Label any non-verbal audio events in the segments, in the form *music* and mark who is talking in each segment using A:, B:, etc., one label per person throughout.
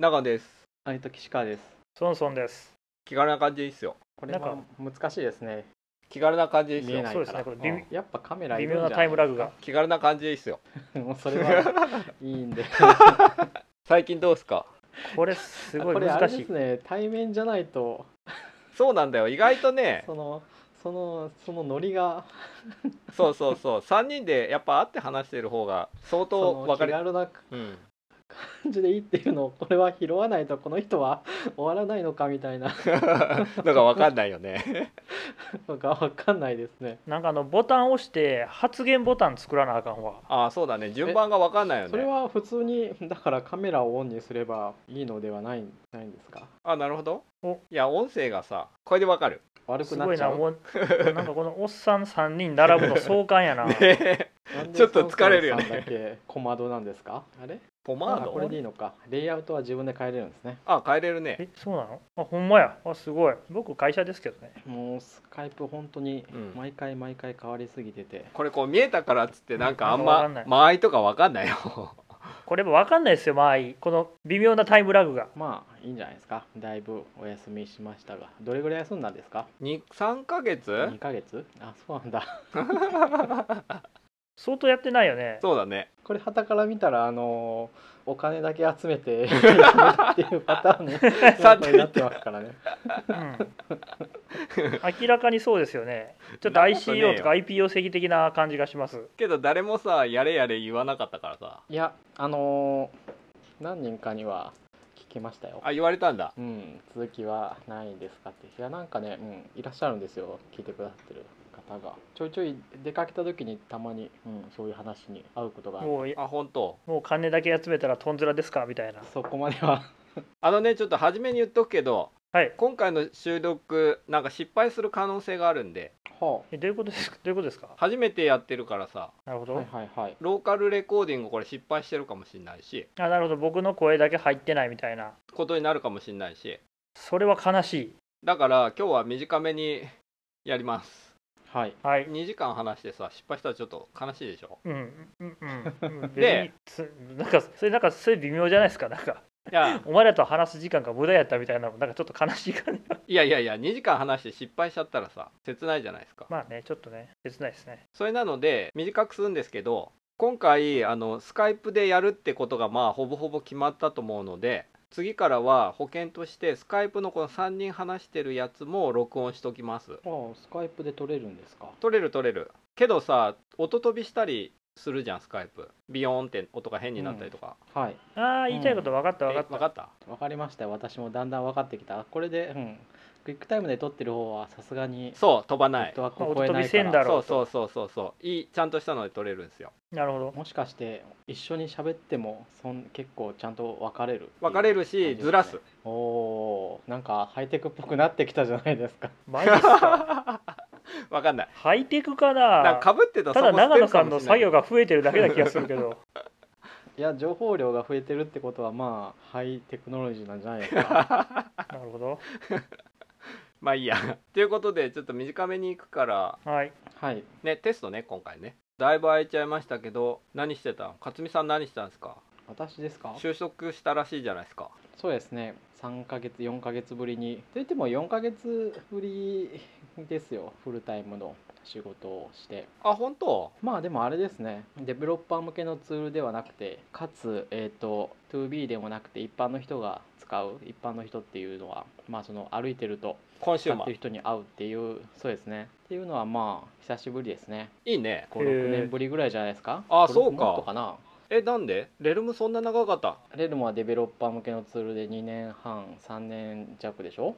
A: 中です
B: はい、と岸川です。
C: ソンソンです。
A: 気軽な感じでいいっすよ
B: これは難しいですね。
A: 気軽な感じでいいっす
B: 見え
A: よ
B: ない
C: そう
B: か
C: です
B: ら。
C: ねこれ微妙
B: うんやっぱカメラい
C: 微
B: るんじ
C: 妙
B: ゃない
C: なタイムラグが。
A: 気軽な感じでいいっすよ
B: *laughs* もうそれ
C: *laughs*
B: はいいんで。
A: 最近どうっすか
C: これすごい
B: これあれ
C: 難し
B: で
C: い
B: す。ね。対面じゃないと
A: そうなんだよ意外とね
B: そのそのそのノリが
A: そうそうそう3人でやっぱ会って話してる方が相当
B: その
A: 分か
B: 気
A: れ
B: 軽な感
A: うん
B: じでいいっていうのをこれは拾わないとこの人は終わらないのかみたいな
A: のが分かんないよね
B: のがわかんないですね。
C: なんかあのボタン押して発言ボタン作らなあかんわ。
A: *laughs* ああそうだね順番が分かんないよ
B: それ
A: ね
B: は普通にだからカメラをオンにすればいいのではないないんですか。
A: あなるほど
C: お
A: いや音声がさこれで分かる
B: 悪
C: す
B: くなっ
C: ごい
B: ちゃ
C: な、
B: う。
C: もう *laughs* なんかこのおっさん3人並ぶの壮観
B: *laughs*
C: やな。
A: ね
B: なんで
A: ちょっと疲れるよね
B: ソンソンさんだけ小窓なんですか。あれ？
A: *laughs* ポマー
B: あこれで
A: ド
B: いいのかレイアウトは自分で変えれるんですね
A: あ変えれるね
C: え、そうなのあ、ほんまや。あ、すごい。僕、会社ですけどね。
B: もうスカイプ本当に
A: うん
B: 毎回毎回変わりすぎてて、
A: これこう見えたからっつってなんかあん
C: わかん
A: ま
C: ない
A: 間合いとか分かんないよ *laughs*
C: これ分かんないですよ、まあいい。この微妙なタイムラグが。
B: まあいいんじゃないですかだいぶお休みしましたがどれぐらい休んだんですか
A: 23ヶ月
B: 2ヶ月あそうなんだ *laughs*
C: 相当やってないよね。
A: そうだね
B: これ旗から見たらあのーお金だけ集め *laughs* てやめるっていうパターン *laughs* の状態になってますからね
C: うん、明らかにそうですよね。ちょっと ICO とか IPO 席的な感じがします。
A: けど誰もさやれやれ言わなかったからさ
B: いやあのー何人かには聞きましたよ
A: あ言われたんだ
B: うん、続きはないですかっていやなんかね、うん、いらっしゃるんですよ聞いてくださってる方がちょいちょい出かけた時にたまに、うん、そういう話に会うことがある
C: もう
A: あ本当
C: もう金だけ集めたらトンズラですかみたいな。
B: そこまでは
A: あのねちょっと初めに言っとくけど
C: はい。
A: 今回の収録なんか失敗する可能性があるんで
B: *laughs* は
C: えどういうことですかどういうことですか
A: 初めてやってるからさ
C: なるほ
B: あ
C: ど、
B: はいはいはい
A: ローカルレコーディングこれ失敗してるかもしんないし
C: あ。なるほど。僕の声だけ入ってないみたいな。
A: ことになるかもしんないし
C: それは悲しい。
A: だから今日は短めにやります
B: はい
C: はい。
A: 2時間話してさ失敗したらちょっと悲しいでしょ
C: うん。うん。
A: *laughs*
C: うんうん。
A: で
C: 別につなんか、それなんか、それ微妙じゃないですか。なんか、
A: いや
C: お前らと話す時間が無駄やったみたいなのもなんかちょっと悲しい感じ。 *laughs*
A: いやいやいや2時間話して失敗しちゃったらさ切ないじゃないですか
C: まあね、ちょっとね、切ないですね。
A: それなので短くするんですけど今回あのスカイプでやるってことがまあほぼほぼ決まったと思うので次からは保険としてスカイプのこの3人話してるやつも録音しときます
B: ああスカイプで撮れるんですか
A: 撮れる撮れるけどさ音飛びしたりするじゃんスカイプビヨーンって音が変になったりとか、
B: はい
C: ああ、言いたいこと分かった
A: え
C: 分かった。
A: わかった
B: わかりましたよ私もだんだん分かってきたこれで、うん、クイックタイムで撮ってる方はさすがに
A: そう飛ば
B: ネ
A: な
B: ッ
A: い
B: トワーク
C: まあ
B: を超え
C: 音飛
B: な
C: び
B: いか
C: せんだ
B: ら
C: ろ
A: そうそうそうそうそういいちゃんとしたので撮れるんですよ
C: なるほど。
B: もしかして一緒に喋ってもそん結構ちゃんと分かれる
A: 分かれる
B: いい感
A: し
B: じですね
A: ずらす *laughs*
B: おおーなんかハイテクっぽくなってきたじゃないですか
C: マジっすか
A: *laughs* 分かんない
C: ハイテクかな
A: なんかぶってた
C: ただ長野さんの作業
A: が
C: が増えてるだけな気がするけ
A: *laughs*
C: ど
B: いや情報量が増えてるってことはまあハイテクノロジーなんじゃないです *laughs* か
C: なるほど
A: まあいいや *laughs* ということでちょっと短めに行くから
C: はい
B: はい
A: ねテストね今回ねだいぶ空いちゃいましたけど何してたの勝美さん何してたんですか
B: 私ですか
A: 就職したらしいじゃないですか
B: そうですね3ヶ月4ヶ月ぶりにといっても4ヶ月ぶりですよフルタイムの仕事をして
A: あ本当
B: まあでもあれですねデベロッパー向けのツールではなくてかつえっ、と 2B でもなくて一般の人が使う一般の人っていうのはまあその歩いてると
A: コンシ
B: 使
A: ュー
B: っ
A: マ
B: てる
A: ー
B: 人に会うっていうそうですねっていうのはまあ久しぶりですね
A: いいね
C: へー
B: 56年ぶりぐらいじゃないですか
A: あ
B: 5
A: そうか
B: もっとかな
A: えなんでレルムそんな長かった
B: レルムはデベロッパー向けのツールで2年半3年弱でしょ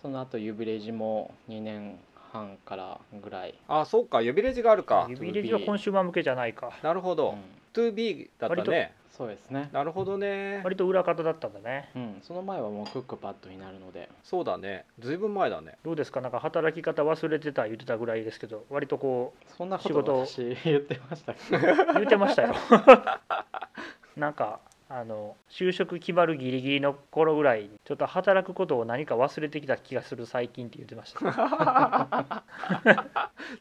B: その後ユビレジも2年半からぐらい、
A: あそうか指レジがあるか
C: 指入れはコンシューマー向けじゃないか
A: なるほ
B: う
A: ど
B: ん、
A: 2B だったね
B: そうですね
A: なるほどね
C: 割と裏方だったんだね
B: うん、その前はもうクックパッドになるので
A: そうだねずいぶん前だね
C: どうですかなんか働き方忘れてた言ってたぐらいですけど割とこ
B: そんなこ
C: 仕事
B: と
C: を
B: 私言ってましたっけど
C: う言ってましたよ *laughs* なんかあの就職決まるギリギリの頃ぐらいにちょっと働くことを何か忘れてきた気がする最近って言ってました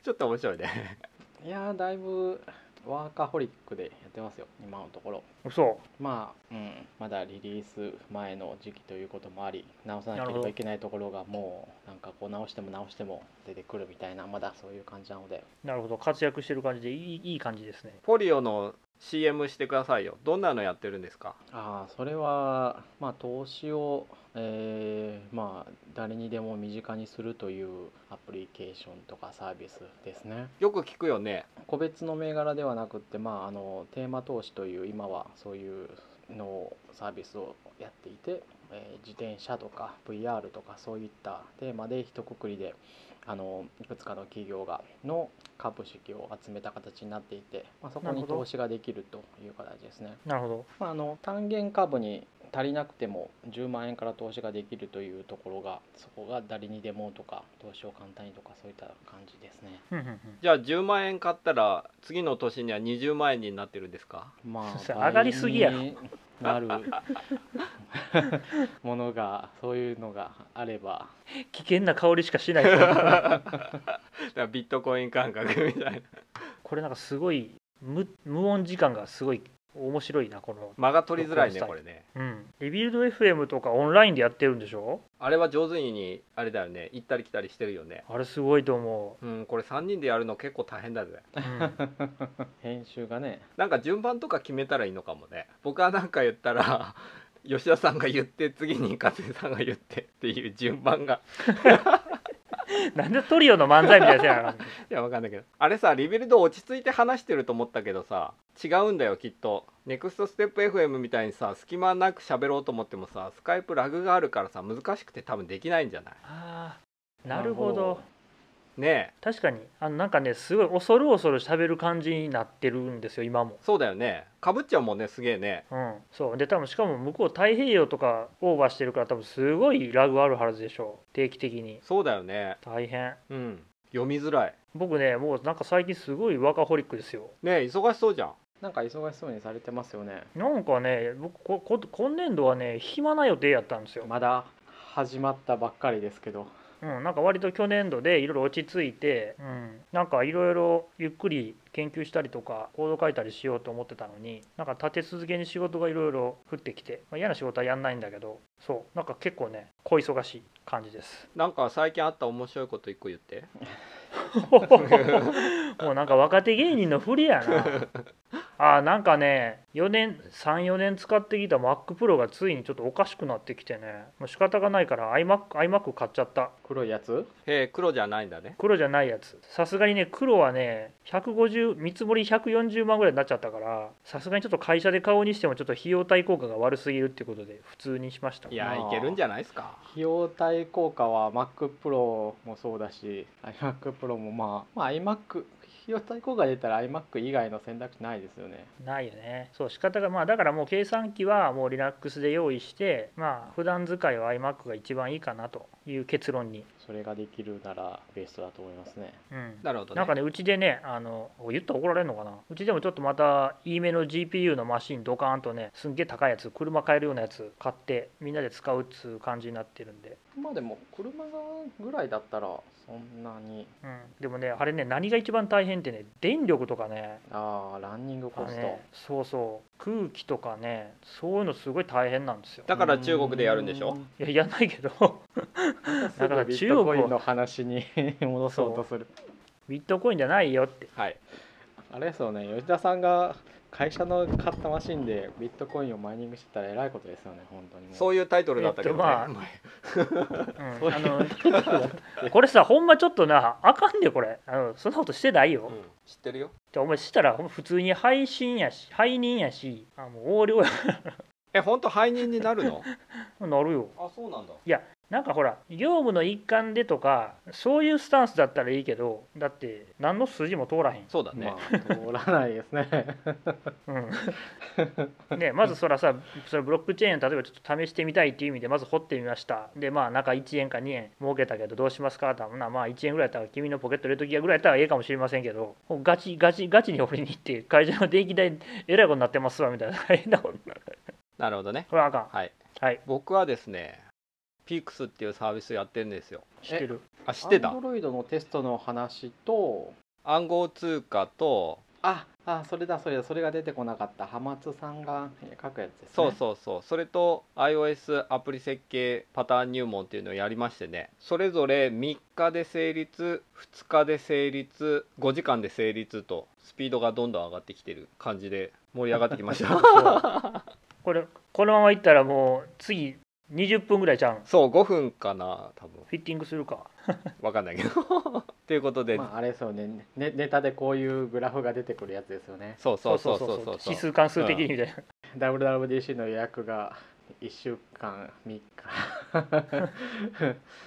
A: ちょっと面白いね *laughs*
B: いやーだいぶワーカホリックでやってますよ今のところ
C: 嘘
B: まあ、うん、まだリリース前の時期ということもあり直さなければいけないところがもうなんかこう直しても直しても出てくるみたいなまだそういう感じなので
C: なるほど活躍してる感じでいいいい感じですね
A: フォリオの CM してくださいよどんなのやってるんですか
B: ああそれはまあ投資を、えーまあ誰にでも身近にするというアプリケーションとかサービスですね
A: よく聞くよね
B: 個別の銘柄ではなくって、まあ、あのテーマ投資という今はそういうのをサービスをやっていて、えー自転車とか VR とかそういったテーマで一括りであのいくつかの企業がの株式を集めた形になっていて、まあ、そこ
C: なる
B: に
C: ほど
B: 投資ができるという形ですね。
C: なるほど
B: まあ、あの単元株に足りなくても10万円から投資ができるというところがそこが誰にでもとか投資を簡単にとかそういった感じですね。
C: ふんふん
A: じゃあ10万円買ったら次の年には20万円になってるんですか *laughs*
B: ま
C: そ
B: あ
C: れ *laughs* 上がりすぎやろ
B: 倍になる *laughs* ものがそういうのがあれ
C: *laughs*
B: ば
C: ふん危険な香りしかしない
A: だからビットコイン感覚みたいな
C: *laughs*
A: *laughs*
C: これなんかすごい無無音時間がすごい面白いなこの
A: 間が取りづらいねこれね
C: うんリビルド FM とかオンラインでやってるんでしょ
A: あれは上手にあれだよね行ったり来たりしてるよね
C: あれすごいと思
A: うんこれ3人でやるの結構大変だぜ
C: う、うん、
B: 編集がね
A: なんか順番とか決めたらいいのかもね僕はなんか言ったら *laughs* 吉田さんが言って次に勝江さんが言ってっていう順番が
C: なんでトリオの漫才みたいなやつやん
A: いやわかんないけどあれさリビルド落ち着いて話してると思ったけどさ違うんだよきっとネクストステップ FM みたいにさ隙間なく喋ろうと思ってもさスカイプラグがあるからさ難しくて多分できないんじゃない
C: *laughs* あーなるほど
A: ねえ
C: 確かにあのなんかねすごい恐る恐る喋る感じになってるんですよ今も
A: そうだよねかぶっちゃうもんねすげえね
C: うんそうで多分しかも向こう太平洋とかオーバーしてるから多分すごいラグあるはずでしょう定期的に
A: そうだよね
C: 大変
A: うん読みづらい
C: 僕ねもうなんか最近すごいワーカホリックですよ
A: ねえ忙しそうじゃん
B: なんか忙しそうにされてますよね
C: なんかね僕ここ今年度はね暇な予定やったんですよ、
B: まだ始まったばっかりですけど
C: うん、なんか割と去年度でいろいろ落ち着いて、うん、なんかいろいろゆっくり研究したりとかコード書いたりしようと思ってたのになんか立て続けに仕事がいろいろ降ってきて、まあ、嫌な仕事はやんないんだけどそうなんか結構ね小忙しい感じです
A: なんか最近あった面白いこと一個言って
C: もうなんか若手芸人のふりやなあーなんかね4年34年使ってきた MacPro がついにちょっとおかしくなってきてねもう仕方がないから iMac, iMac 買っちゃった
B: 黒いやつ
A: へえ黒じゃないんだね
C: 黒じゃないやつさすがにね黒はね150見積もり140万ぐらいになっちゃったからさすがにちょっと会社で買おうにしてもちょっと費用対効果が悪すぎるってことで普通にしました
A: いや
B: ま
A: い
B: あ
A: けるんじゃないですか
B: 費用対効果は MacPro もそうだし iMacPro もまあ、まあ、iMac 費用対効果出たら iMac 以外の選択肢ないですよね
C: ないよねそう仕方がまあだからもう計算機はもう Linux で用意してまあ普段使いは iMac が一番いいかなという結論に
B: それができるならベストだと思いますね
C: うん
A: なるほどね
C: なんかねうちでねあの言ったら怒られるのかなうちでもちょっとまた E めの GPU のマシンドカーンとねすんげえ高いやつ車買えるようなやつ買ってみんなで使うっつう感じになってるんで
B: まあでも車ぐらいだったらそんなに
C: うん、でもねあれね何が一番大変ってね電力とかね
B: ああランニングコ
C: あ
B: ス
C: の
B: ト、
C: ねそうそう空気とかねそういうのすごい大変なんですよ
A: だから中国でやるんでしょ
B: *laughs* う
C: いややんないけど *laughs*
B: だ
C: だから
B: ビ
C: 中
B: ッ
C: 国
B: ト
C: を
B: コインの話に戻そうとする
C: ビットコインじゃないよって
A: はい
B: あれですよね吉田さんが会社の買ったマシンでビットコインをマイニングしてたらえらいことですよね本当にもう
A: そういうタイトルだったけどね、
C: えっ
B: *laughs*
C: と
B: そ
C: うん
B: う
C: あ
B: いう
C: の *laughs* これさほんまちょっとなあかんでこれあのそんなことしてないよ、
A: うん知ってるよ
C: じゃあお前したらほんま普通に配信やし配人やしあもう横領や *laughs*
A: え本当背任になるの
C: なるよ
A: *laughs* あそうなんだ
C: なんかほら業務の一環でとかそういうスタンスだったらいいけどだって何の数字も通らへん
A: そうだね、
B: まあ、通らないですね
C: うんね、まずそらさそれブロックチェーン例えばちょっと試してみたいっていう意味でまず掘ってみましたでまあなんか1円か2円儲けたけどどうしますかってまあまあ1円ぐらいやったら君のポケット入れときやぐらいやったらええかもしれませんけどもうガチガチガチに掘りに行って会社の電気代えらいことになってますわみたいな *laughs* 大変なことになる
A: なるほどね
C: これはあかん
A: はい
C: はい
A: 僕はですねピークスっていうサービスやってるんですよ
C: 知ってる
A: あ知ってた
B: アンドロイドのテストの話と
A: 暗号通貨と
B: ああそれだそれだそれが出てこなかった浜津さんがえー書くやつですね
A: そうそうそうそれと iOS アプリ設計パターン入門っていうのをやりましてねそれぞれ3日で成立2日で成立5時間で成立とスピードがどんどん上がってきてる感じで盛り上がってき *laughs* ました
C: これこのままいったらもう次20分ぐらいじゃうん
A: そう5分かな多分
C: フィッティングするか
A: わかんないけ *laughs* どということで、
B: まああれですよねねネタでこういうグラフが出てくるやつですよね
A: そうそうそうそうそうそう
C: 指数関数的にみたいな、
B: WWDC の予約が1週間3日 *laughs*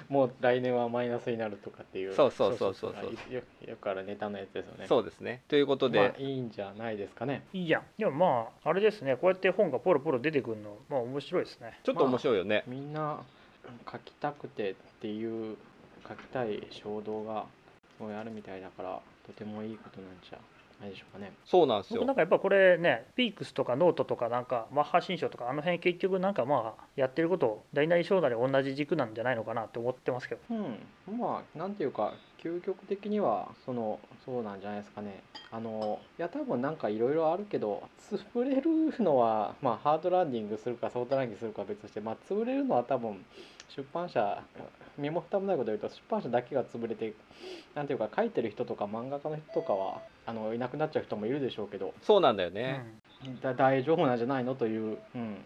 B: もう来年はマイナスになるとかっていう
A: そうそうそうそうそう
B: よよくあるネタのやつですよね
A: そうですねということで、
B: まあ、いいんじゃないですかね
C: いいやんでもまああれですねこうやって本がポロポロ出てくるのまあ面白いですね
A: ちょっと面白いよね、
B: みんな書きたくてっていう書きたい衝動がすごいあるみたいだからとてもいいことなんじゃないでしょうかね
A: そうなんですよ
C: 僕なんかやっぱこれねピークスとかノートとかなんかマッハ新書とかあの辺結局なんかまあやってること大なり小なり同じ軸なんじゃないのかなって思ってますけど
B: うん、まあなんていうか究極的にはそのそうなんじゃないですかねあのいや多分なんかいろいろあるけど潰れるのは、まあ、ハードランディングするかソフトランディングするかは別として、まあ、潰れるのは多分出版社身も蓋もないこと言うと出版社だけが潰れてなんていうか書いてる人とか漫画家の人とかはあのいなくなっちゃう人もいるでしょうけど
A: そうなんだよね、
B: だ大丈夫なんじゃないのという、うん、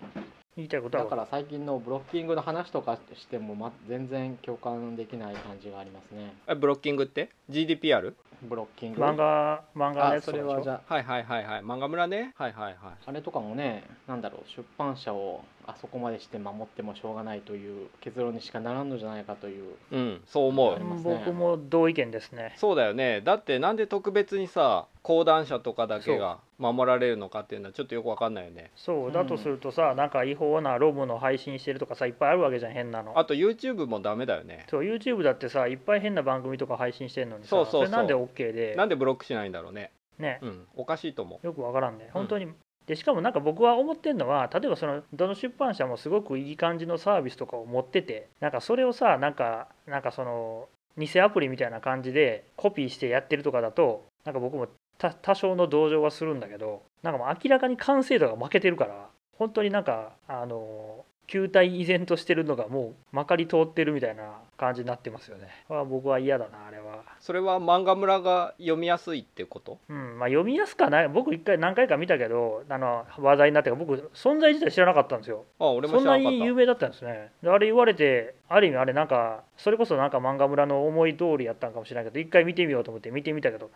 C: 言いたいこと
B: だ
C: は
B: から最近のブロッキングの話とかしても、ま、全然共感できない感じがありますね
A: えブロッキングって GDPR?
B: ブロッキング
C: 漫画漫画のや
B: あ
C: つ
B: そ
C: とか
B: れ
C: でしょ
B: はじゃあ
A: はいはいはいはい漫画村ねはいはいはい
B: あれとかもねなんだろう出版社をあそこまでして守ってもしょうがないという結論にしかならんのじゃないかという
A: うんそう思
B: あ
A: う
B: りますね
C: 僕も同意見ですね
A: そうだよねだってなんで特別にさ講談社とかだけが守られるのかっていうのはちょっとよくわかんないよね
C: そうだとするとさ、なんか違法なロムの配信してるとかさいっぱいあるわけじゃん変なの
A: あと YouTube もダメだよね
C: そう YouTube だってさいっぱい変な番組とか配信してんのにさ
A: そうそうそう
C: れなんで OK で
A: なんでブロックしないんだろうね
C: ね、
A: うんおかしいと思う
C: よくわからんね本当に、でしかもなんか僕は思ってるのは例えばそのどの出版社もすごくいい感じのサービスとかを持っててなんかそれをさなんかなんかその偽アプリみたいな感じでコピーしてやってるとかだとなんか僕もた多少の同情はするんだけどなんかもう明らかに完成度が負けてるから本当になんかあの球体依然としてるのがもうまかり通ってるみたいな感じになってますよね。は僕は嫌だなあれは。
A: それは漫画村が読みやすいってこと
C: うんまあ、読みやすくはない僕一回何回か見たけどあの話題になって僕存在自体知らなかったんですよ
A: あ俺も
C: そ
A: 知
C: ん
A: ら
C: な
A: なかっ
C: に有
A: た
C: 名だったんですねであれ言われてある意味あれなんかそれこそなんか漫画村の思い通りやったんかもしれないけど一回見てみようと思って見てみたけど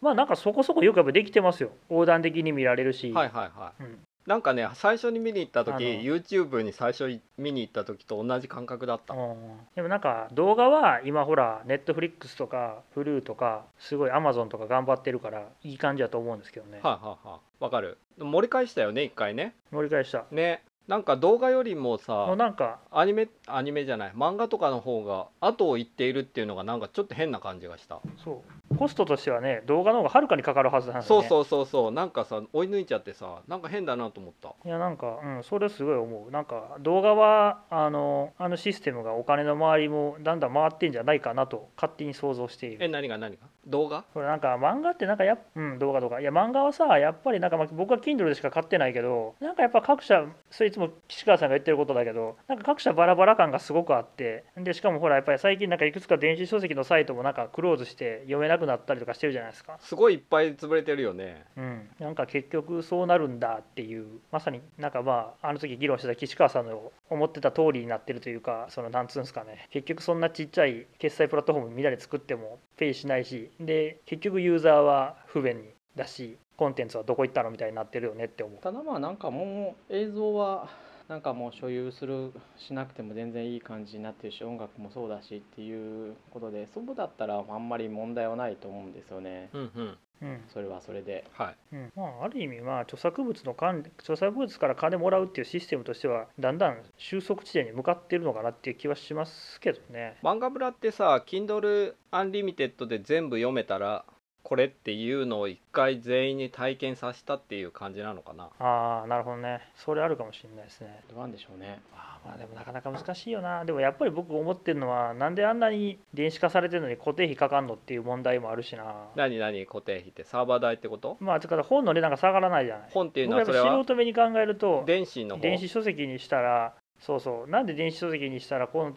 C: まあなんかそこそこよくやっぱできてますよ横断的に見られるし、
A: はいはいはい
C: うん、
A: なんかね最初に見に行った時
C: あの
A: YouTube に最初見に行った時と同じ感覚だった
C: うんでもなんか動画は今ほらネットフリックスとか Hulu とかすごい Amazon とか頑張ってるからいい感じだと思うんですけどね、
A: はいはいはいわかる盛り返したよね一回ね
C: 盛り返した
A: ねなんか動画よりも
C: もう
A: さ
C: なんか
A: アニメアニメじゃない漫画とかの方が後を行っているっていうのがなんかちょっと変な感じがした
C: そうコストとしてはね動画の方がはるかにかかるはずなんで、ね、
A: そうそうそうそうなんかさ追い抜いちゃってさなんか変だなと思った
C: いやなんか、うん、それすごい思うなんか動画はあのあのシステムがお金の周りもだんだん回ってんじゃないかなと勝手に想像してい
A: え
C: る
A: 何が何が動画
C: これなんか漫画ってなんかやっうん動画とかいや漫画はさやっぱりなんか、まあ、僕は Kindle でしか買ってないけどなんかやっぱ各社それいつも岸川さんが言ってることだけどなんか各社バラバラ感がすごくあってでしかもほらやっぱり最近なんかいくつか電子書籍のサイトもなんかクローズして読めなくなったりとかしてるじゃないですか
A: すごいいっぱい潰れてるよね
C: うん、なんか結局そうなるんだっていうまさになんかまああの時議論してた岸川さんの思ってた通りになってるというかそのなんつうんですかね結局そんなちっちゃい決済プラットフォームみんなで作ってもペイしないしで結局ユーザーは不便にだしコンテンツはどこ行ったのみたいになってるよねって思う
B: ただまあなんかもう映像はなんかもう所有するしなくても全然いい感じになってるし音楽もそうだしっていうことでそうだったらあんまり問題はないと思うんですよね
A: うんうん
C: うん、
B: それはそれで
A: はい
C: うん、まあある意味まあ著作物の管理著作物から金もらうっていうシステムとしてはだんだん収束地点に向かってるのかなっていう気はしますけどね
A: 漫画村ってさ Kindle Unlimited で全部読めたらこれっていうのを一回全員に体験させたっていう感じなのかな
C: ああなるほどねそれあるかもしれないですね
B: どうなんでしょうね
C: あーまあでもなかなか難しいよなでもやっぱり僕思ってるのはなんであんなに電子化されてるのに固定費かかんのっていう問題もあるしな
A: 何何固定費ってサーバー代ってこと
C: まあだから本の値段が下がらないじゃない
A: 本っていうの
C: 僕はや
A: は
C: っぱ
A: それは
C: 素人目に考えると
A: 電子の方
C: 電子書籍にしたらそうそうなんで電子書籍にしたらこの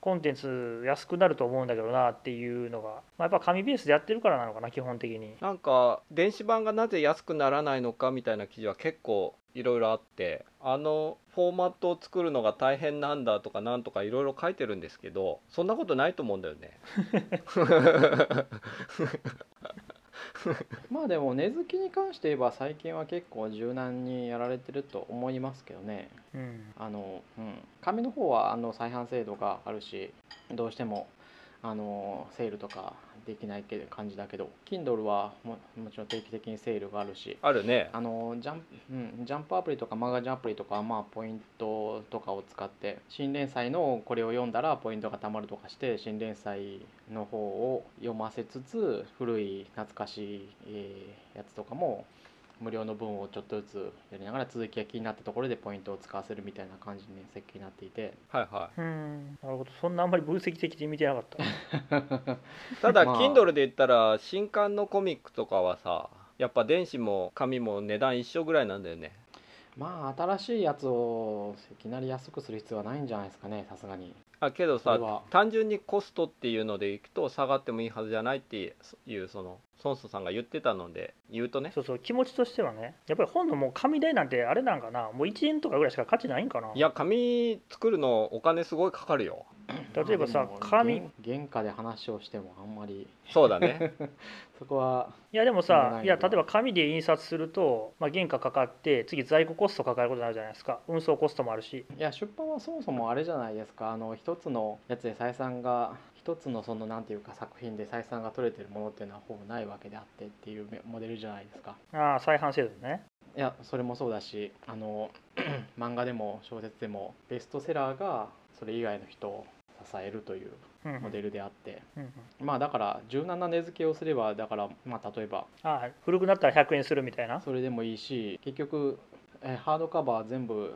C: コンテンツ安くなると思うんだけどなっていうのが、まあ、やっぱ紙ベースでやってるからなのかな基本的に
A: なんか電子版がなぜ安くならないのかみたいな記事は結構いろいろあってあのフォーマットを作るのが大変なんだとかなんとかいろいろ書いてるんですけどそんなことないと思うんだよね。
B: まあでも根付きに関して言えば最近は結構柔軟にやられてると思いますけどね
C: うん
B: あの、うん、紙の方はあの再販制度があるしどうしてもあのセールとかできないけど感じだけど Kindle はももちろん定期的にセールがあるし
A: あるね。
B: あのジャンうん、ジャンプアプリとかマガジンアプリとかはまあポイントとかを使って新連載のこれを読んだらポイントが貯まるとかして新連載の方を読ませつつ古い懐かしい、えーやつとかも無料の分をちょっとずつやりながら続きが気になったところでポイントを使わせるみたいな感じに設計になってい
C: *laughs*
B: て
A: はいは
C: うんなるほどそんなあんまり分析的に見てなかった
A: い。ただ
B: まあ
A: Kindle で言ったら新刊のコミックとかはさやっぱ電子も紙も値段一緒ぐらいなんだよね。
B: まあ新しいやつをいきなり安くする必要はないんじゃないですかねさすがに
A: あけど
B: それ
A: さ
B: は
A: 単純にコストっていうのでいくと下がってもいいはずじゃないっていうその孫祖さんが言ってたので言うとね
C: そうそう気持ちとしてはねやっぱり本のもう紙代なんてあれなんかなもう1円とかぐらいしか価値ないんかない
A: や紙作るのお金すごいかかるよ
C: 例えばさ
B: まあでも
C: 紙
B: 原原価で話をしてもあんまり
A: そうだね
B: そこはい
C: やでも
B: そうな
C: さ
B: ん
C: いや
B: や
C: 例えば紙で印刷すると、まあ、原価かかって次在庫コストかかることになるじゃないですか運送コストもあるし
B: いや出版はそもそもあれじゃないですかあの一つのやつで採算が一つのそのなんていうか作品で採算が取れてるものっていうのはほぼないわけであってっていうめモデルじゃないですか
C: ああ再販制度ね
B: いやそれもそうだしあの *clears throat* 漫画でも小説でもベストセラーがそれ以外の人を支えるという
C: うんうん
B: モデルであって、
C: うんうん
B: まあだから柔軟な値付けをすればだからまあ例えば
C: ああ古くなったら100円するみたいな
B: それでもいいし結局えーハードカバー全部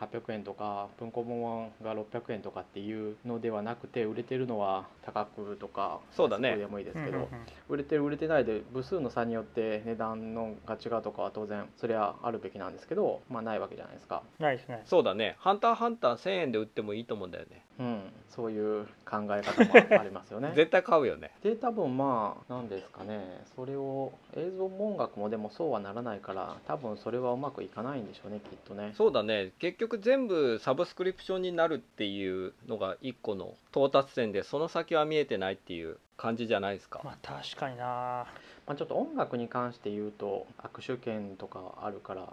B: 2800円とか文庫本が600円とかっていうのではなくて売れてるのは高くとか
A: そうだね
B: 安くでもいいですけど、
C: うんうんうん
B: 売れてる売れてないで部数の差によって値段のが違うとかは当然それはあるべきなんですけどまあないわけじゃないですか、
C: ないですね
A: そうだね「ハンターハンター」1000円で売ってもいいと思うんだよね
B: うん、そういう考え方もあります
A: *laughs*
B: よね。
A: 絶対買うよね
B: で多分まあ何ですかねそれを映像も音楽もでもそうはならないから多分それはうまくいかないんでしょうねきっとね。
A: そうだね結局全部サブスクリプションになるっていうのが一個の到達点でその先は見えてないっていう感じじゃないですか、
C: まあ確かにな
B: まあ、ちょっと音楽に関して言うと握手券とかあるから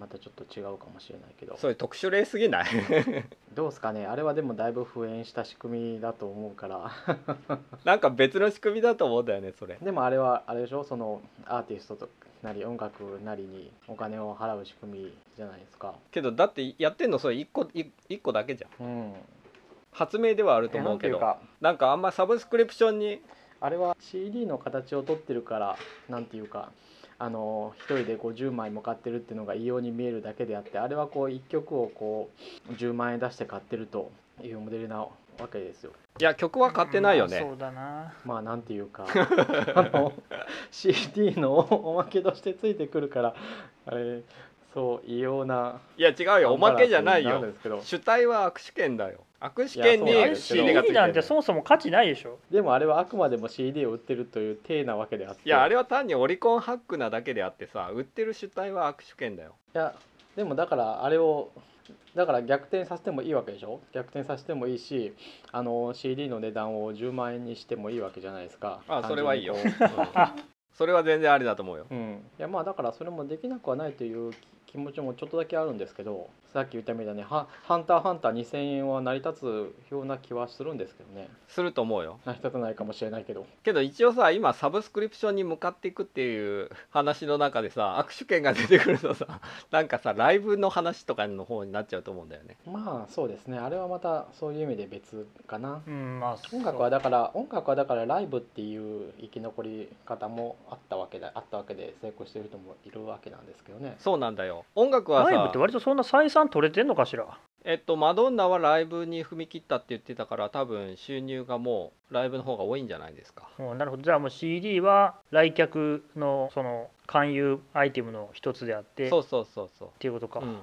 B: またちょっと違うかもしれないけど
A: それ特殊例すぎない *laughs*
B: どうですかねあれはでもだいぶ敷衍した仕組みだと思うから *laughs*
A: なんか別の仕組みだと思うんだよねそれ
B: でもあれはあれでしょそのアーティストとなり音楽なりにお金を払う仕組みじゃないですか
A: けどだってやってんのそれ一個い一個だけじゃん
B: うん
A: 発明ではあると
B: え
A: 思
B: な
A: うんけ
B: てい
A: ど
B: うか
A: なんかあんまサブスクリプションに
B: あれは CD の形を取ってるからなんていうかあの一人でこう10枚も買ってるっていうのが異様に見えるだけであってあれはこう1曲をこう10万円出して買ってるというモデルなわけですよ
A: いや曲は買ってないよね、
C: まあそうだな
B: まあなんていうか
A: *laughs*
B: あの CD のおまけとしてついてくるからあれそう異様ない
A: や違うよおまけじゃない
B: アンバランスにるん
A: よ
B: ですけど
A: 主体は握手券だよ握手券
B: いやそうなん
A: に
B: ですけ
A: CD
B: ど
A: がつい
C: CD
A: てる
C: なんてそもそも価値ないでしょ
B: でもあれはあくまでも CD を売ってるという体なわけであって
A: いやあれは単にオリコンハックなだけであってさ売ってる主体は握手券だよ
B: いやでもだからあれをだから逆転させてもいいわけでしょ逆転させてもいいしあの CD の値段を10万円にしてもいいわけじゃないですか
A: あそれはいいよ、
B: 単
A: うんそれは全然ありだと思うよ
B: 純にこううんいやまあだからそれもできなくはないという気持ちもちょっとだけあるんですけどさっき言ったみたいに「ハハンターハンター2000円」は成り立つような気はするんですけどね
A: すると思うよ
B: 成り立たないかもしれないけど
A: けど一応さ今サブスクリプションに向かっていくっていう話の中でさ握手券が出てくるとさ *laughs* なんかさライブの話とかの方になっちゃうと思うんだよね
B: まあそうですねあれはまたそういう意味で別かな
C: うんまあそう
B: 音楽はだから音楽はだからライブっていう生き残り方もあったわけだあったわけで成功してる人もいるわけなんですけどね
A: そうなんだよ音楽は
C: ライブ
A: さ
C: って割とそんな採算取れてんのかしら
A: えっとマドンナはライブに踏み切ったって言ってたから多分収入がもうライブの方が多いんじゃないですか
C: もうなるほどじゃあもう CD は来客のその勧誘アイテムの一つであって
A: そ
C: っ
A: うそうそうそ
C: ていうことか、
A: う、うん、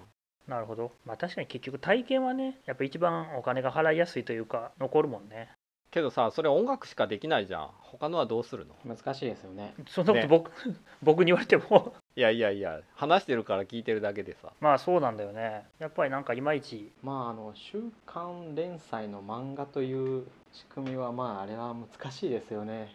C: なるほどまあ確かに結局体験はねやっぱ一番お金が払いやすいというか残るもんね
A: けどさそれ音楽しかできないじゃん他のはどうするの
B: 難しいですよね
C: そんなこと僕,、 *laughs* 僕に言われても *laughs*
A: いやいやいや話してるから聞いてるだけでさ
C: まあそうなんだよねやっぱりなんかいまいち
B: まああの週刊連載の漫画という仕組みはまああれは難しいですよね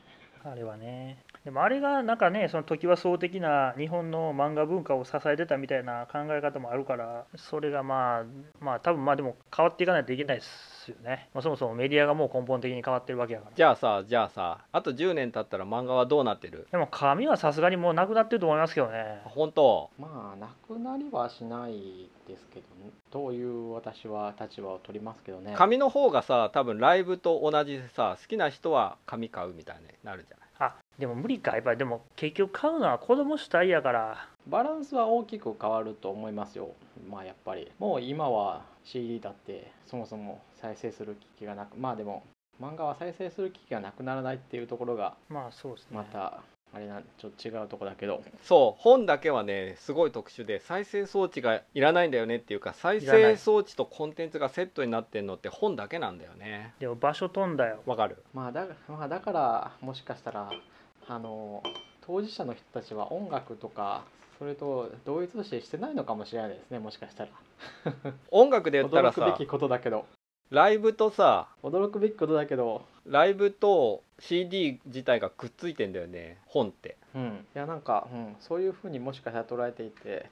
C: あれはねでもあれがなんかねその時は総的な日本の漫画文化を支えてたみたいな考え方もあるからそれがまあまあ多分まあでも変わっていかないといけないですよね、まあ、そもそもメディアがもう根本的に変わってるわけだから
A: じゃあさじゃあさあと10年経ったら漫画はどうなってる
C: でも紙はさすがにもうなくなってると思いますけどね
A: あ本当
B: まあなくなりはしないですけどという私は立場を取りますけどね
A: 紙の方がさ多分ライブと同じでさ好きな人は紙買うみたいになるじゃない
C: あでも無理かやっぱりでも結局買うのは子供主体やから
B: バランスは大きく変わると思いますよまあやっぱりもう今は CD だってそもそも再生する機器がなくまあでも漫画は再生する機器がなくならないっていうところが
C: まあそうですね
B: またあれなんちょっと違うとこだけど
A: そう本だけはねすごい特殊で再生装置がいらないんだよねっていうか再
C: いらな
A: 生
C: い
A: 装置とコンテンツがセットになってんのって本だけなんだよね
C: でも場所飛んだよ
A: わかる
B: まあだ,、まあ、だからもしかしたらあの当事者の人たちは音楽とかそれと同一視してないのかもしれないですねもしかしたら
A: 音楽で言った
B: 驚
A: ら
B: くべ
A: さ
B: きことだけど
A: ライブとさ
B: 驚くべきことだけど
A: ライブと CD 自体がくっついてんだよね本って
B: うん、いやなんか、うん、そういうふうにもしかしたら捉えていて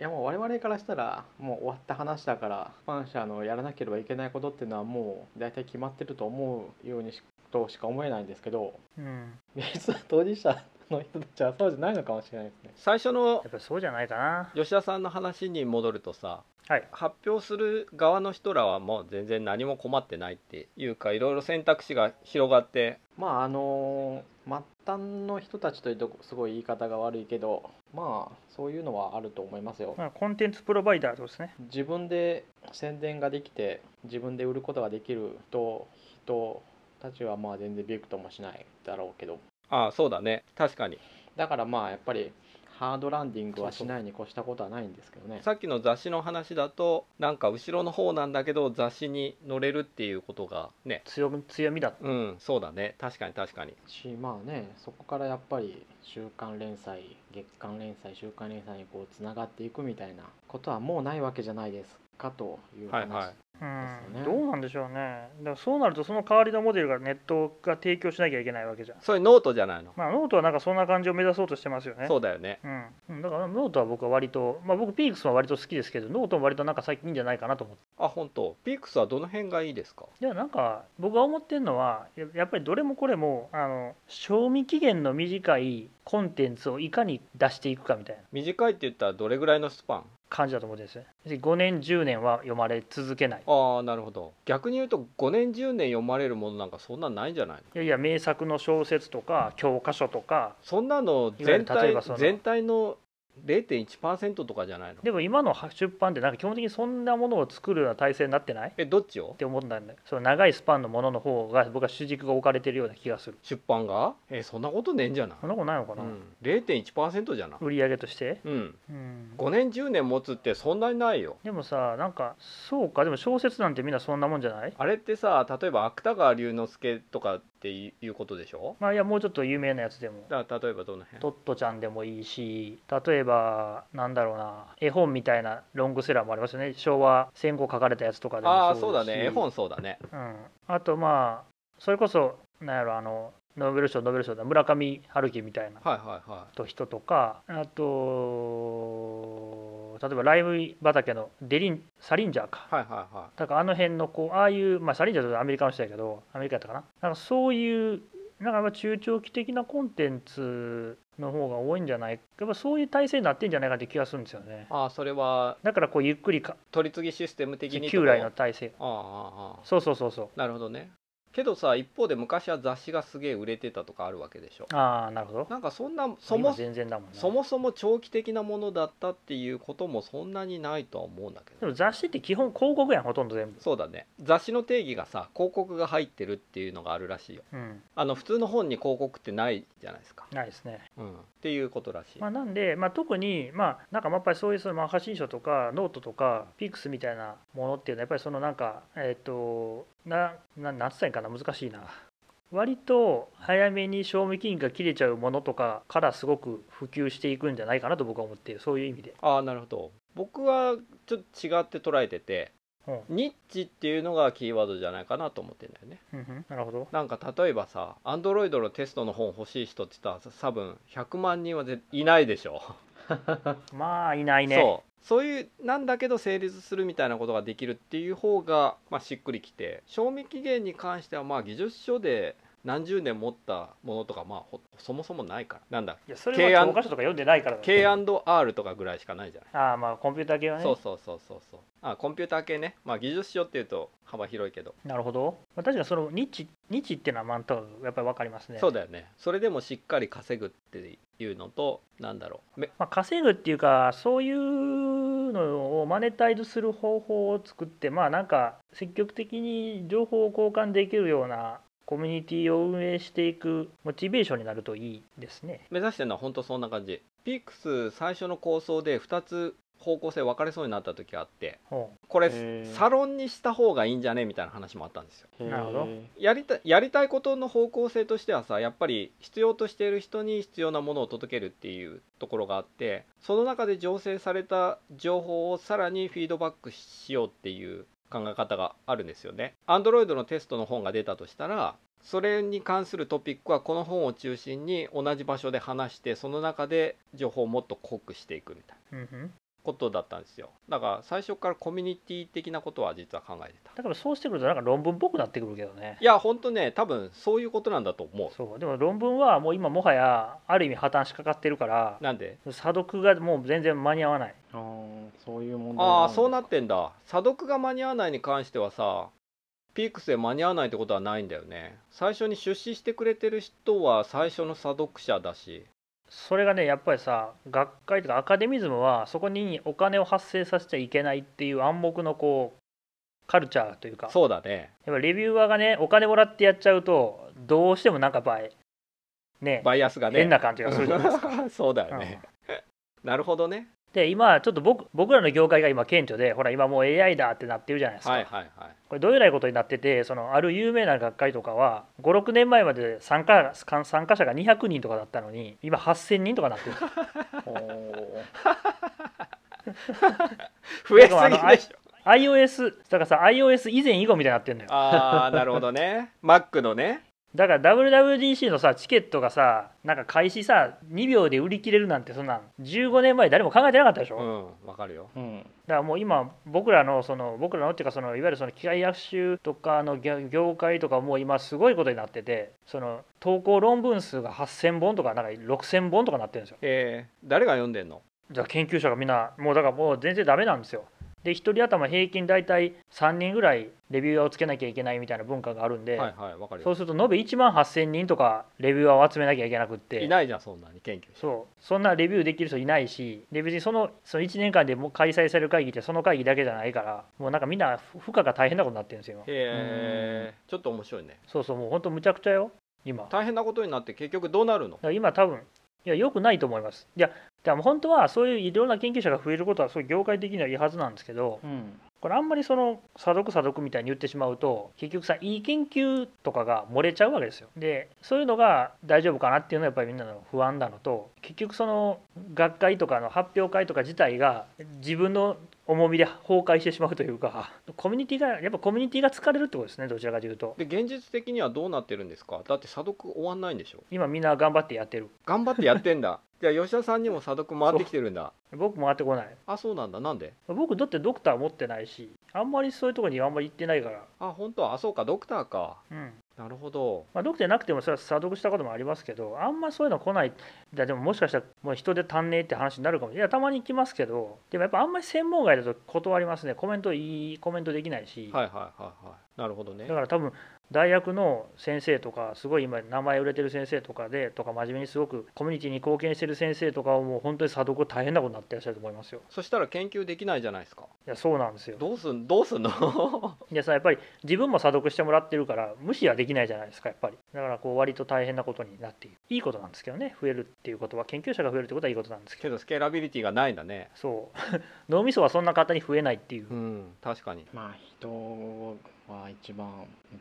B: いやもう我々からしたらもう終わった話だから出版社のやらなければいけないことっていうのはもう大体決まってると思うようにしとしか思えないんですけど
C: うん
B: 実は当事者の人たちはそうじゃないのかもしれないですね。
A: 最初の
C: やっぱりそうじゃないかな
A: 吉田さんの話に戻るとさ、
C: はい
A: 発表する側の人らはもう全然何も困ってないっていうかいろいろ選択肢が広がって
B: まああの末端の人たちというとすごい言い方が悪いけどまあそういうのはあると思いますよ。
C: まあコンテンツプロバイダーってことですね
B: 自分で宣伝ができて自分で売ることができる人人たちはまあ全然びくともしないだろうけど
A: ああそうだね確かに
B: だからまあやっぱりハードランディングはしないに越したことはないんですけどね
A: さっきの雑誌の話だとなんか後ろの方なんだけど雑誌に載れるっていうことがね
C: 強み強みだ
A: うんそうだね確かに確かに
B: しまあねそこからやっぱり週刊連載月刊連載週刊連載にこうつながっていくみたいなことはもうないわけじゃないですかという話、
A: はいはい
C: うん
B: ですよね
C: どうなんでしょうねだからそうなるとその代わりのモデルがネットが提供しなきゃいけないわけじゃん
A: それノートじゃないの
C: まあノートはなんかそんな感じを目指そうとしてますよね
A: そうだよね
C: うんうん、だからノートは僕は割と、まあ、僕ピークスも割と好きですけどノートも割となんか最近いいんじゃないかなと思って
A: あ本当ピークスはどの辺がいいですか
C: でもなんか僕が思ってるのはややっぱりどれもこれもあの賞味期限の短いコンテンツをいかに出していくかみたいな
A: 短いって言ったらどれぐらいのスパン
C: 感じだと思ってるんですよね5年10年は読まれ続けない
A: ああなるほど逆に言うと5年10年読まれるものなんかそんなんないんじゃないの
C: いやいや名作の小説とか教科書とか
A: そんなの
C: いわ
A: 全
C: ゆる例え
A: 体
C: ばその
A: 全体の0.1%とかじゃないの
C: でも今の出版ってなんか基本的にそんなものを作るような体制になってないっ
A: えどっちを
C: て思ったんだよその長いスパンのものの方が僕は主軸が置かれてるような気がする
A: 出版がえそんなことねえんじゃない、
C: そんなことないのか
A: う
C: な、
A: ん、0.1%じゃない
C: 売り上げとして
A: うん
C: うん
A: 5年10年持つってそんなにないよ
C: でもさなんかそうかでも小説なんてみんなそんなもんじゃない
A: あれってさ例えば芥川龍之介とかっていうことでしょ
C: まあいやもうちょっと有名なやつでも
A: だから例えばどの
C: 「
A: 辺
C: トットちゃん」でもいいし例えばなんだろうな絵本みたいなロングセラーもありますよね昭和戦後書かれたやつとかでも
A: ああー
C: そ
A: そうう
C: だ
A: だ
C: し
A: ね絵本そうだね
C: うん、あとまあそれこそなんやろあのノーベル賞ノーベル賞だ村上春樹みたいな
A: はいはいは
C: と人とかあと例えばライブ畑のデリンサリンジャーか
A: いはいはいは
C: だからあの辺のこうああいう、まあ、サリンジャーとアメリカの人やけどアメリカやったかななんかそういうなんかやっぱ中長期的なコンテンツの方が多いんじゃないやっぱそういう体制になってんじゃないかって気がするんですよね
A: いああそれは
C: だからこうゆっくりか
A: 取り次ぎシステム的に
C: 旧来の
A: あ
C: 体制
A: ああああ
C: そうそうそうそう
A: あなるほどねけどさ一方で昔は雑誌がすげえ売れてたとかあるわけでしょ
C: ああなるほど
A: なんかそんなそも
C: 今全然だもんな
A: そもそも長期的なものだったっていうこともそんなにないとは思うんだけ
C: で
A: ど
C: も雑誌って基本広告やんほとんど全部
A: そうだね雑誌の定義がさ広告が入ってるっていうのがあるらしいよ
C: うん
A: あの普通の本に広告ってないじゃないですか、
C: ないですね
A: うん、っていうことらしい、
C: まあ、なんで、まあ、特に、まあ、なんかやっぱりそういうそのマガジン書とかノートとかピックスみたいなものっていうのはやっぱりそのなんかえっ、となななんつったらいいかな難しいな割と早めに賞味期限が切れちゃうものとかからすごく普及していくんじゃないかなと僕は思っているそういう意味で
A: ああなるほど僕はちょっと違って捉えてて、
C: うん
A: ニッチっていうのがキーワードじゃないかなと思ってんだよね
C: なるほど
A: なんか例えばさアンドロイドのテストの本欲しい人って言ったら多分100万人はぜいないでしょ
C: まあいないね
A: そうそういうなんだけど成立するみたいなことができるっていう方が、まあ、しっくりきて賞味期限に関してはまあ技術書で何十年持ったものとかまあほそもそもないからなんだ
C: いやそれ
A: 提
C: は
A: 案
C: 教科書とか読んでないからだ
A: K&R とかぐらいしかないじゃない
C: ああまあコンピューター系はね
A: そうそうそうそうそうあコンピューター系ねまあ技術書っていうと幅広いけど、
C: なるほど、まあ、確かにその日知日知っていうのはまんとやっぱり分かりますね
A: そうだよねそれでもしっかり稼ぐっていうのとなんだろうめ
C: まあ、稼ぐっていうかそういうのをマネタイズする方法を作ってまあなんか積極的に情報を交換できるようなコミュニティを運営していくモチベーションになるといいですね。
A: 目指してるのは本当そんな感じピークス最初の構想で2つ方向性分かれそうになった時があって
C: ほ
A: これ
B: へー
A: サロンにした方がいいんじゃねみたいな話もあったんですよ
B: へー
C: なるほど
A: やりたやりたいことの方向性としてはさやっぱり必要としている人に必要なものを届けるっていうところがあってその中で醸成された情報をさらにフィードバックしようっていう考え方があるんですよね。Android のテストの本が出たとしたらそれに関するトピックはこの本を中心に同じ場所で話してその中で情報をもっと濃くしていくみたいな
C: ううんうん、
A: ことだったんですよだから最初からコミュニティ的なことは実は考えてた
C: だからそうしてくるとなんか論文っぽくなってくるけどね
A: い。や本当ね多分そういうことなんだと思
C: そうでも論文はもう今もはやある意味破綻しかかってるから
A: うなんで
C: 査読がもう全然間に合わない。
B: あーそういう問題
A: ああそうな
B: っ
A: ってんだ査読が間に合わないに関してはさピークスで間に合わないってことはないんだよね最初に出資してくれてる人は最初の査読者だし
C: それがねやっぱりさ学会とかアカデミズムはそこにお金を発生させちゃいけないっていう暗黙のこうカルチャーというか
A: そうだね
C: やっぱレビューアーがねお金もらってやっちゃうとどうしてもなんか場合ね
A: バイアスがね
C: 変な感じがするじゃないですか。
A: そうだよね、なるほどね
C: で今ちょっと僕僕らの業界が今顕著でほら今もう AI だってなってるじゃないですか、
A: はいはいはい
C: これどうえらいことになっててそのある有名な学会とかは56年前まで参加参加者が200人とかだったのに今8000人とかなってる
A: 増えすぎでしょ
C: iOS だからさ iOS 以前以後みたいになってんのよ
A: ああーなるほどね Mac のね
C: だから WWDC のさチケットがさなんか開始さ2秒で売り切れるなんてそんなん15年前誰も考えてなかったでしょ、
A: うん
C: だか
A: わかるよ
B: うん
C: らもう今僕らのその僕らのっていうかそのいわゆるその機械学習とかの業業界とかもう今すごいことになっててその投稿論文数が8000本とかなんか6000本とかなってるんですよ
A: えー、誰が読んでんの
C: じゃあ研究者がみんなもうだからもう全然ダメなんですよで1人頭平均大体3人ぐらいレビューをつけなきゃいけないみたいな文化があるんで、
A: はいはいわかる
C: そう
A: よ
C: すると延べ1万8000人とかレビュアーを集めなきゃいけなくって
A: いないじゃんそんなに研究者
C: そうそんなレビューできる人いないしで別にそのその1年間でもう開催される会議ってその会議だけじゃないからもうなんかみんなふ負荷が大変なことになってるんですよ今
A: へえちょっと面白いね
C: そうそうもうほんとむちゃくちゃよ今だか
A: 大変なことになって結局どうなるの
C: ら今多分いや良くないと思いますいやでも本当はそういういろんな研究者が増えることはそういう業界的にはいいはずなんですけど
B: うん
C: これあんまりその査読査読みたいに言ってしまうと結局さいい研究とかが漏れちゃうわけですよでそういうのが大丈夫かなっていうのはやっぱりみんなの不安なのと結局その学会とかの発表会とか自体が自分の重みで崩壊してしまうというかコミュニティがやっぱコミュニティが疲れるってことですねどちらかというと
A: で現実的にはどうなってるんですかだって査読終わんないんでしょ
C: 今みんな頑張ってやってる
A: 頑張ってやってん
C: *laughs*
A: だじゃあ吉田さんにも査読回ってきてるんだ
C: 僕も回ってこない
A: あそうなんだなんで
C: 僕だってドクター持ってないしあんまりそういうところにあんまり行ってないから
A: あ本当あそうかドクターか
C: うん
A: なるほど
C: まあ、ドクターなくてもそれは査読したこともありますけどあんまそういうの来ないだでももしかしたらもう人で足んねえって話になるかもいやたまに行きますけどでもやっぱあんまり専門外だと断りますねコメントいいコメントできないし、
A: はいはいはいはいなるほどね
C: だから多分大学の先生とかすごい今名前売れてる先生とかでとか真面目にすごくコミュニティに貢献してる先生とかはもう本当に査読大変なことになってらっしゃると思いますよ
A: そしたら研究できないじゃないですか
C: いやそうなんですよ
A: どうすんどうすんの *laughs*
C: でさやっぱり自分も査読してもらってるから無視はできないじゃないですかやっぱりだからこう割と大変なことになっているいいことなんですけどね増えるっていうことは研究者が増えるってことはいいことなんですけど
A: けどスケーラビリティがないんだね
C: そう *laughs* 脳みそはそんな簡単に増えないっていう、
A: うん確かに
B: まあ人は一番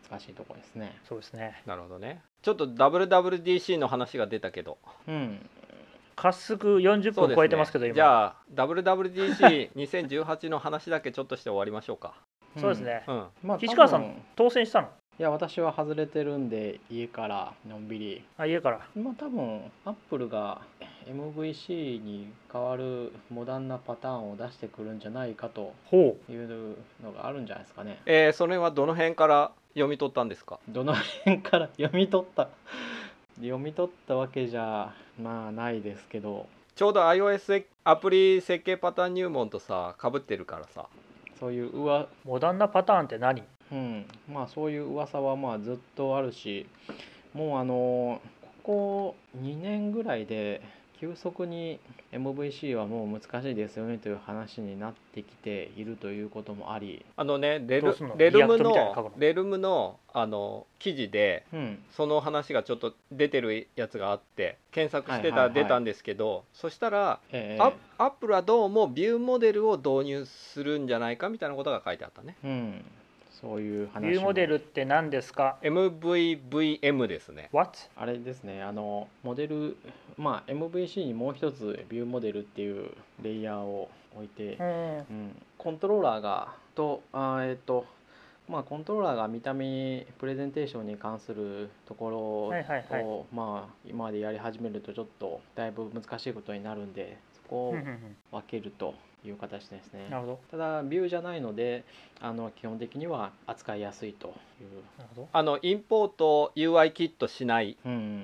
B: 難しいとこですね
C: そうですね
A: なるほどねちょっと WWDC の話が出たけど
B: うん
C: 早速40
A: そう
C: 分
A: ですね
C: 超えてますけど今
A: じゃあ WWDC2018 の話だけちょっとして終わりましょうか
C: そうですね、
A: うん
B: まあ
C: 岸川さん
B: 多分
C: 当選したの
B: いや私は外れてるんで家からのんびり
C: あ家から
B: まあ多分アップルが MVC に代わるモダンなパターンを出してくるんじゃないかと
C: ほう
B: いうのがあるんじゃないですかね
A: えーそれはどの辺から読み取ったんですか
B: どの辺から *laughs* 読み取った読み取ったわけじゃまあないですけど
A: ちょうど iOS アプリ設計パターン入門とさかぶってるからさ
B: そういううわ
C: モダンなパターンって何
B: うん、まあそういう噂はまあずっとあるしもうあのここ2年ぐらいで急速に MVC はもう難しいですよねという話になってきているということもあり、
A: あのねレ
C: どう
A: ル
C: すんの
A: レルム
C: リアクトみたいな過去
A: の
C: の
A: レルムのあの記事で
B: うん、
A: その話がちょっと出てるやつがあって検索してた
B: は
A: ら
B: いはいはい
A: 出たんですけどそしたら
B: ええ
A: アアップルはどうもビューモデルを導入するんじゃないかみたいなことが書いてあったね
B: うん、そういう話も
C: ビューモデルって何ですか
A: MVVM ですね
C: What?
B: あれですねあのモデルまあ MVC にもう一つビューモデルっていうレイヤーを置いて
C: うん
B: うん、コントローラーがとあーえっ、とまあコントローラーが見た目プレゼンテーションに関するところを、
C: はいはいはい
B: まあ今までやり始めるとちょっとだいぶ難しいことになるんでそこ
C: う
B: を
C: んうん
B: 分けるという形ですね
C: うん、なるほど
B: ただビューじゃないのであの基本的には扱いやすいという、
C: なるほど
A: あのインポート UI キットしない
B: うん、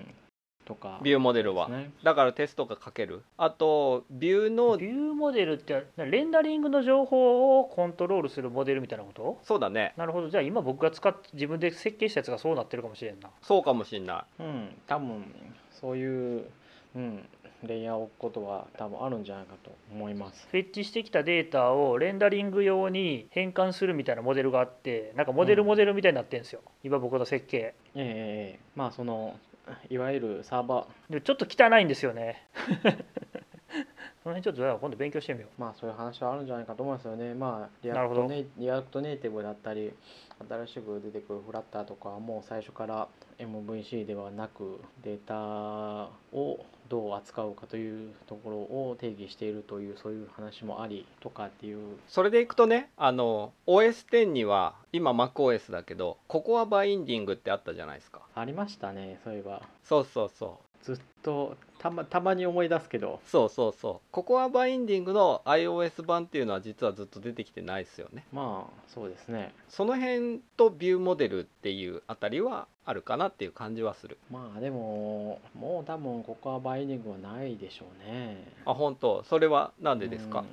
B: とか
A: ビュ
B: ュ
A: ーモデルは、
B: ね
A: だからテストが書けるあとビューの
C: ビューモデルってレンダリングの情報をコントロールするモデルみたいなこと
A: そうだね
C: なるほどじゃあ今僕が使って自分で設計したやつがそうなってるかもしれんな
A: そうかもしんな
B: うん、多分そういう、うん、レイヤーを置くことは多分あるんじゃないかと思います
C: フェッチしてきたデータをレンダリング用に変換するみたいなモデルがあってなんかモデル
B: うん
C: モデルみたいになってるんですよ、今僕の設計
B: ええええまあそのいわゆるサーバー
C: でちょっと汚いんですよね *laughs* その辺ちょっとじゃあ今度勉強してみよ
B: まあそういう話はあるんじゃないかと思いますよねまあリ
C: な
B: ア
C: る
B: ク
C: ほ
B: ト
C: ど
B: ネイリアクトネイティブだったり新しく出てくるフラッターとかはもう最初から MVC ではなくデータをどう扱うかというところを定義しているというそういう話もありとかっていう
A: それでいくとねあの OS10 には今 MacOS だけどここはバインディングってあったじゃないですか
B: ありましたねそういえば
A: そうそうそう
B: ずっとたまたまに思い出すけど
A: そうそうそうここはバインディングの iOS 版っていうのは実はずっと出てきてないですよね
B: まあそうですね
A: その辺とビューモデルっていうあたりはあるかなっていう感じはする
B: まあでももう多分ここはバインディングはないでしょうね
A: あ本当それはなんでです
B: う
A: か
B: ん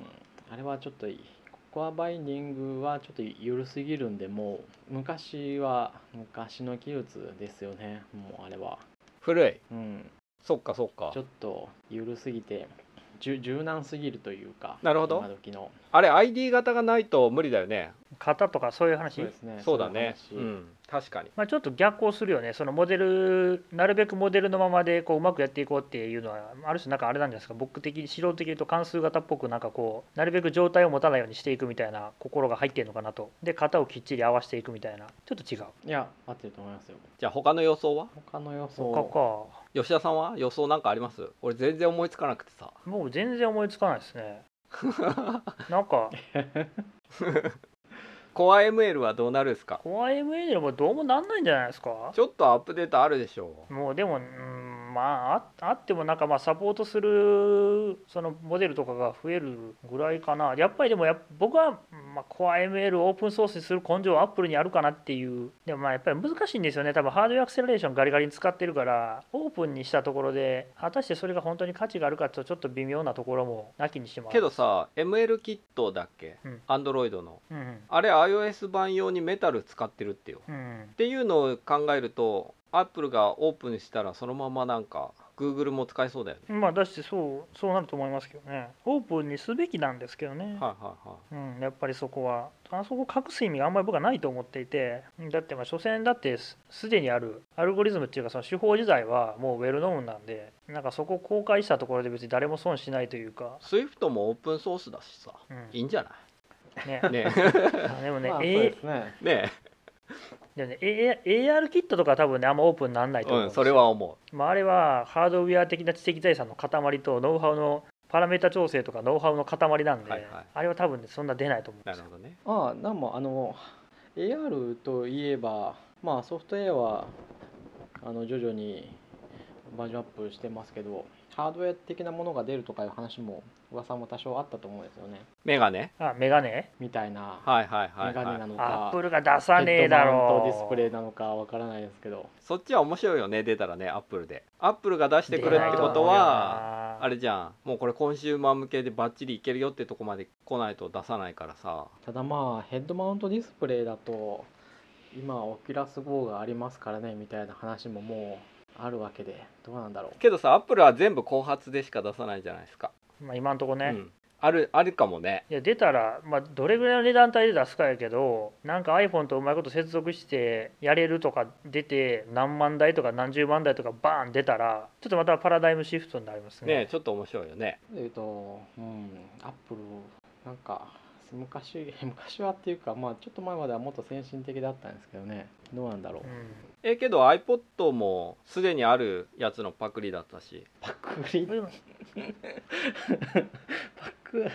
B: あれはちょっといここはバインディングはちょっと緩すぎるんでもう昔は昔の技術ですよねもうあれは
A: 古い
B: うん
A: そっかそっか
B: ちょっと緩すぎてじゅ柔軟すぎるというか
A: なるほど
B: 今時の
A: あれ ID 型がないと無理だよね
C: う型とかそういう話
B: そうですね
A: そうだね
B: そうういう話
A: ん確かに
C: まあ、ちょっと逆行するよね、そのモデル、なるべくモデルのままでこううまくやっていこうっていうのは、ある種、なんかあれなんじゃないですか、僕的、素人的に言うと、関数型っぽく、なんかこう、なるべく状態を持たないようにしていくみたいな心が入ってるのかなと、で、型をきっちり合わせていくみたいな、ちょっと違う。
B: いや合ってると思いますよ
A: じゃあ他の予想は
B: 他の予
C: そっか
B: 想
C: か。
A: 吉田さんは予想なんかあります俺全然思いつかなくてさ
C: もう全然思いつかないですね。なんか
A: コア ML はどうなるんですか
C: コア ML もどうもなんないんじゃないですか
A: ちょっとアップデートあるでしょ
C: もうでも、うん、まあああってもなんかまあサポートするそのモデルとかが増えるぐらいかなやっぱりでもやっ僕は、まあ、コア ML をオープンソースにする根性はアップルにあるかなっていうでもまあやっぱり難しいんですよね多分ハードウェアアクセラレーションガリガリに使ってるからオープンにしたところで果たしてそれが本当に価値があるかっていうとちょっと微妙なところもなきにしもあ
A: う
C: ら
A: けどさ ML キットだっけ
C: うん
A: アンドロイドの
C: うん
A: あれ iOS 版用にメタル使ってるってよ
C: うんうん
A: っていうのを考えるとアップルがオープンしたらそのままなんか Google も使えそうだよね
C: まあだしてそうそうなると思いますけどねオープンにすべきなんですけどね、
A: はいはいはい
C: うん、やっぱりそこはあそこ隠す意味があんまり僕はないと思っていてだってまあ所詮だってすすでにあるアルゴリズムっていうかその手法自体はもうウェルノウンなんでなんかそこを公開したところで別に誰も損しないというか、
A: Swift もオープンソースだしさ
C: うん
A: いいんじゃな
C: ね
B: *laughs*
A: い、ね *laughs* え
C: あでもね,、
B: まあ、そう
C: A
B: ですね。
A: ね
C: でもね A- AR キットとかは多分ねあんまオープンにならない
A: え
C: と思うん
A: う
C: で
A: ん
C: す
A: そ
C: よ
A: れは思
C: まあ、あれはハードウェア的な知的財産の塊とノウハウのパラメータ調整とかノウハウの塊なんで、
A: はいはい
C: あれは多分ねそんな出ないと思うん
A: うな
C: です
A: る
C: よ
A: ほどね
B: ああ、なんもあの AR といえば、まあソフトウェアはあの徐々にバージョンアップしてますけど、ハードウェア的なものが出るとかいう話も噂も多少あったと思うんですよね。
A: メガネ
C: あメガネ
B: みたいな、
A: はいはいは
B: メ
A: い、
B: ガネ
A: は、
B: ないの
C: アッ
B: か、
C: プルが出さねえだろう
B: ヘッドマウントディスプレイなのかわからないですけど、
A: そっちは面白いよね出たらねアップルでアップルが出して
B: て
A: く
B: く
A: る
B: れ
A: ってことはあ
C: れ
A: れじゃんもうこれコンシューマー向けでバッチリいけるよってとこまで来ないと出さないからさ
B: ただまあヘッドマウントディスプレイだと、今オキュラス GO がありますからねみたいな話ももうあるわけで、どうなんだろう。
A: けどさアップルは全部後発でしか出さないじゃないですか、
C: まあ、今のとこね、
A: うん、あるあるかもね
C: いや出たら、まあ、どれぐらいの値段帯で出すかやけどなんか iPhone とうまいこと接続してやれるとか出て何万台とか何十万台とかバーン出たらちょっとまたパラダイムシフトになります
A: ね
C: ね
A: ちょっと面白いよね
B: えっと、うん、アップル、なんか、昔、 *laughs* 昔はっていうか、まあ、ちょっと前まではもっと先進的だったんですけどね、どうなんだろう
C: う。ん、
A: えけど iPod もすでにあるやつのパクリだったし
B: パクリ、
C: でも
B: パ
C: *laughs*
B: ク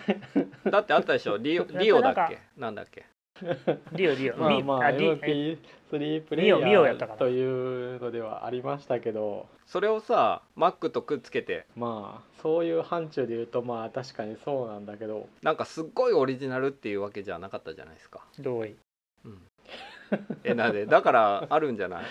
A: だってあったでしょリオ
C: やっぱ
A: リオだっ
C: なん
A: け
C: か
A: なんだっけ
C: リオ
A: *laughs*
C: リオ、
B: まあ
C: ミ
B: まあ、
C: あリ
B: MP3 プレイ
C: ミ
B: ヤ
C: オミオやった
B: ー
C: かな
B: というのではありましたけど、
A: それをさ Mac とくっつけて
B: まあ、そういう範疇で言うと、まあ、確かにそうなんだけど、
A: なんかすっごいオリジナルっていうわけじゃなかったじゃないですか
C: 同意
A: うん、えなんでだからあるんじゃ
C: *laughs*
A: ない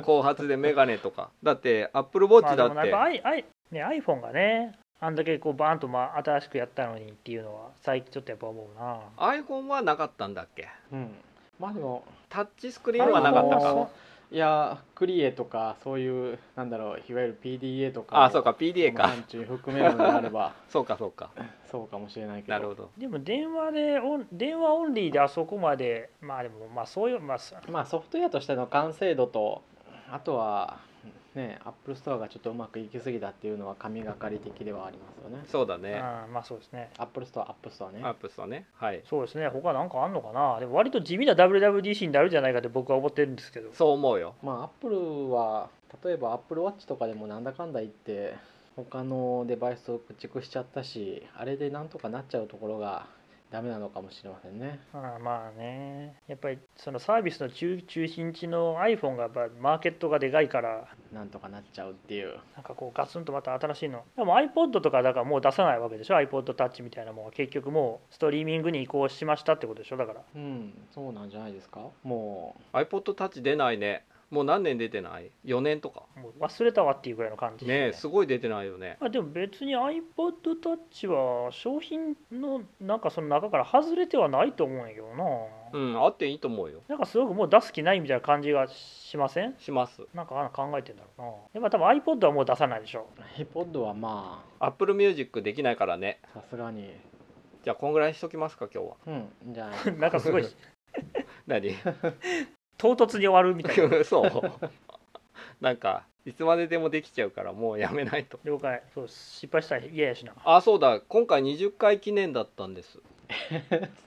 A: 後発でメガネとかだってアップルウォッ
C: まあ
A: チ
C: で
A: だ
C: も
A: っ
C: なん
A: て、
C: か I I ね、iPhone がねあんだけこうバーンと、まあ、新しくやったのにっていうのは最近ちょっとやっぱ思うな
A: iPhone はなかったんだっけ
B: うん。まあでも、
A: タッチスクリーンはなかった
B: あ
A: か
B: のいや、クリエとか、そういう、なんだろう、いわゆる PDA とか、
A: あそうか PDA か
B: 範疇含めるのであれば、
A: そうかそうか
B: そうかもしれないけど。
A: *laughs* なるほど
C: でも電話でオン電話オンリーであそこまでまあでもまあそういうまあそ
B: まあソフトウェアとしての完成度とあとはねアップルストアがちょっとうまくいきすぎたっていうのは神がかり的ではありますよね
A: そうだね
C: うんまあそうですね
B: アップルストアアップストアね
A: アップストアねはい
C: そうですね他なんかあんのかなでも割と地味な WWDC になるんじゃないかって僕は思ってるんですけど
A: そう思うよ
B: まあアップルは例えばアップルウォッチとかでもなんだかんだ言って他のデバイスを駆逐しちゃったしあれでなんとかなっちゃうところがダメなのかもしれませんね
C: うんまあねやっぱりそのサービスの中中心地の iPhone がやっぱマーケットがでかいから
B: なんとかなっちゃうっていう
C: なんかこうガツンとまた新しいのでも iPod とかだからもう出さないわけでしょ iPod タッチみたいなもんは結局もうストリーミングに移行しましたってことでしょだから
B: うんそうなんじゃないですかも
A: iPod タッチ出ないねもう何年出てない4年とか
C: もう忘れたわっていうぐらいの感じ
A: ねえ
C: です
A: すごい出てないよね
C: まあでも別に iPod タッチは商品のなんかその中から外れてはないと思うんやけどな、
A: うんあっていいと思うよ
C: なんかすごくもう出す気ないみたいな感じがしません
A: します
C: なんかあんな考えてんだろうなやっぱ多分 iPod はもう出さないでしょ
B: う iPod はま
A: Apple Music できないからね
B: あさすがに
A: じゃあこんぐらいにしときますか今日は
B: うんじゃあ
C: *laughs* なんかすごい
A: 何
C: 唐突に終わるみたいな
A: *laughs* そうなんかいつまででもできちゃうからもうやめないと
C: 了解そう失敗したら嫌やしな
A: あそうだ今回20回記念だったんです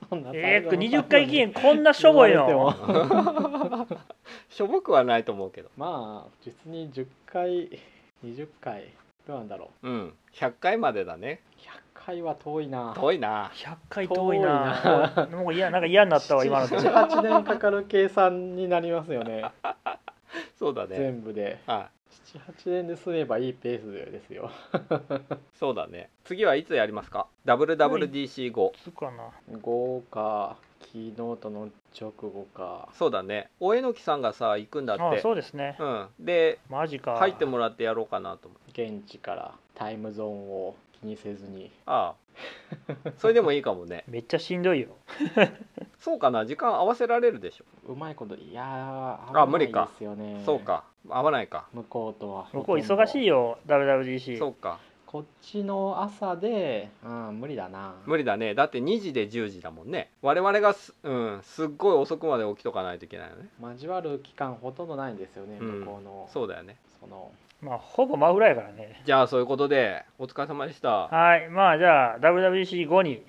B: そんな最
C: えー、
B: 後の
C: 20
B: 最後に
C: 回期限こんなしょぼ
A: *laughs*
C: い
B: 言われても
C: の
A: しょぼくはないと思うけど
B: まあ実に10回20回どうなんだろ
A: うん100回までだね
B: 100回は遠いな
A: 遠いな
C: 100回遠い
B: 遠
C: なもう嫌なんか嫌にな
A: *laughs*
C: ったわ今ので
B: 78年かかる計算になりますよね
A: そうだね
B: 全部で
A: はい
B: 78年で済めばいいペースですよ
A: そうだね次はいつやりますか WWDC5、
C: つかな
B: 5か昨日との直後か
A: そうだね大榎木さんがさ行くんだって
C: あそうですね
A: うんで
C: マジか
A: 入ってもらってやろうかなと思って
B: 現地からタイムゾーンを気にせずに
A: ああそれでもいいかもね
C: めっちゃしんどいよ
A: そうかな時間合わせられるでしょ、
B: うまいこといやー
A: あ
B: 合わ
A: 無
B: ない
A: 理か
B: ですよね
A: そうか合わないか
B: 向こうとは
C: 向こう忙しい
B: よ
C: よ WWDC
A: そうか
B: こっちの朝でうん無理だな
A: 無理だねだって2時で10時だもんね我々がす,、うん、すっごい遅くまで起きとかないといけないよね
B: 交わる期間ほとんどないんですよね、
A: うん
B: 向こうの
A: そうだよね
B: その
C: まあほぼ真裏やからね
A: じゃあそういうことでお疲れ様でした
C: はいまあじゃあ WWDC5 に